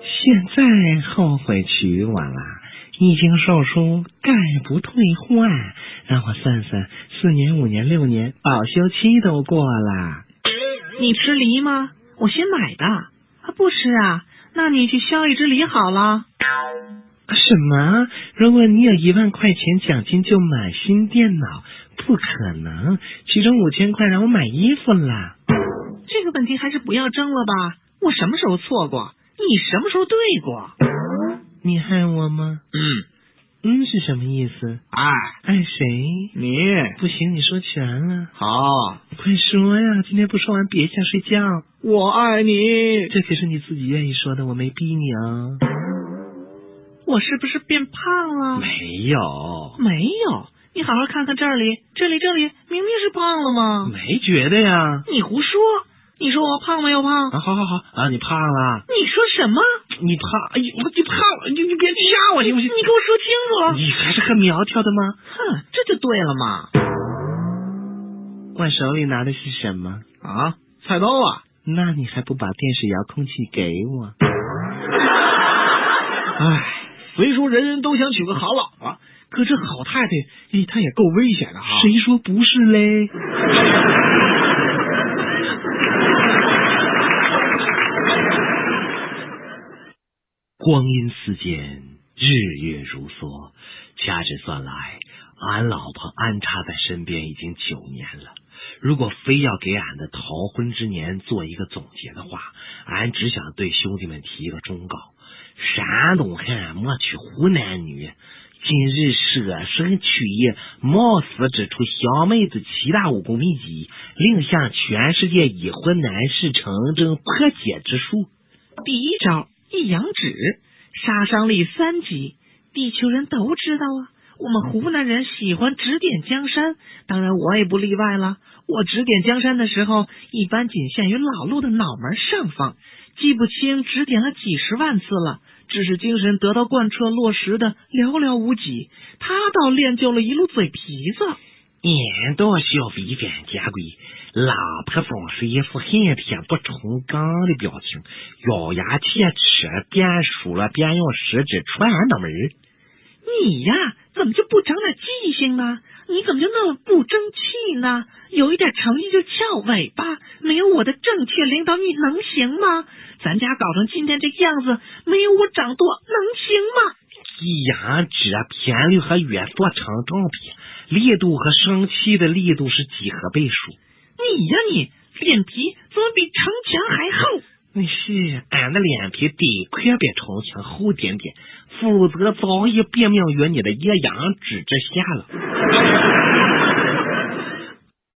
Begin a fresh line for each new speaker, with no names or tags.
现在后悔娶我了，一经售出概不退换。让我算算，四年、五年、六年，保修期都过了。
你吃梨吗？我新买的。啊，不吃啊？那你去削一只梨好了。
啊什么？如果你有一万块钱奖金就买新电脑？不可能，其中五千块让我买衣服啦。
这个问题还是不要争了吧。我什么时候错过？你什么时候对过？
你爱我吗？
嗯，
嗯是什么意思？
哎，
爱谁？
你
不行，你说全了，
好，
快说呀！今天不说完别想睡觉。
我爱你。
这可是你自己愿意说的，我没逼你啊。
我是不是变胖了？
没有，
没有，你好好看看这里，这里，这里，明明是胖了吗？
没觉得呀。
你胡说！你说我胖没有胖？
啊，好好好啊，你胖了，
你说什么？
你胖，哎呦，你胖了，你你别掐我行不
你
行？
给我说清楚！
你还是很苗条的吗？
哼，这就对了嘛。
我手里拿的是什么？
啊，菜刀啊，
那你还不把电视遥控器给我？
唉，虽说人人都想娶个好老婆，可这好太太，咦，她也够危险的啊哈。
谁说不是 嘞？光阴似箭，日月如梭，掐指算来，俺老婆安插在身边已经九年了。如果非要给俺的逃婚之年做一个总结的话，俺只想对兄弟们提一个忠告：山东汉莫娶湖南女，今日舍身取义，冒死指出小妹子七大武功秘籍，另向全世界已婚男士成真破解之术。
第一招一阳指，杀伤力三级，地球人都知道啊。我们湖南人喜欢指点江山，当然我也不例外了。我指点江山的时候，一般仅限于老陆的脑门上方，记不清指点了几十万次了。知识精神得到贯彻落实的寥寥无几，他倒练就了一路嘴皮子。
人都需要违反家规，老婆总是一副恨铁不成钢的表情，咬牙切齿，边数落边用食指戳俺脑门儿。
你呀，怎么就不长点记性呢？你怎么就那么不争气呢？有一点成绩就翘尾巴，没有我的正确领导，你能行吗？咱家搞成今天这样子，没有我掌舵，能行吗？
一阳指频率和语速成正比，力度和生气的力度是几何倍数。
你呀你，脸皮怎么比城墙还厚？
那是俺的脸皮得快比城墙厚点点，否则早已毙命于你的一阳指之下了。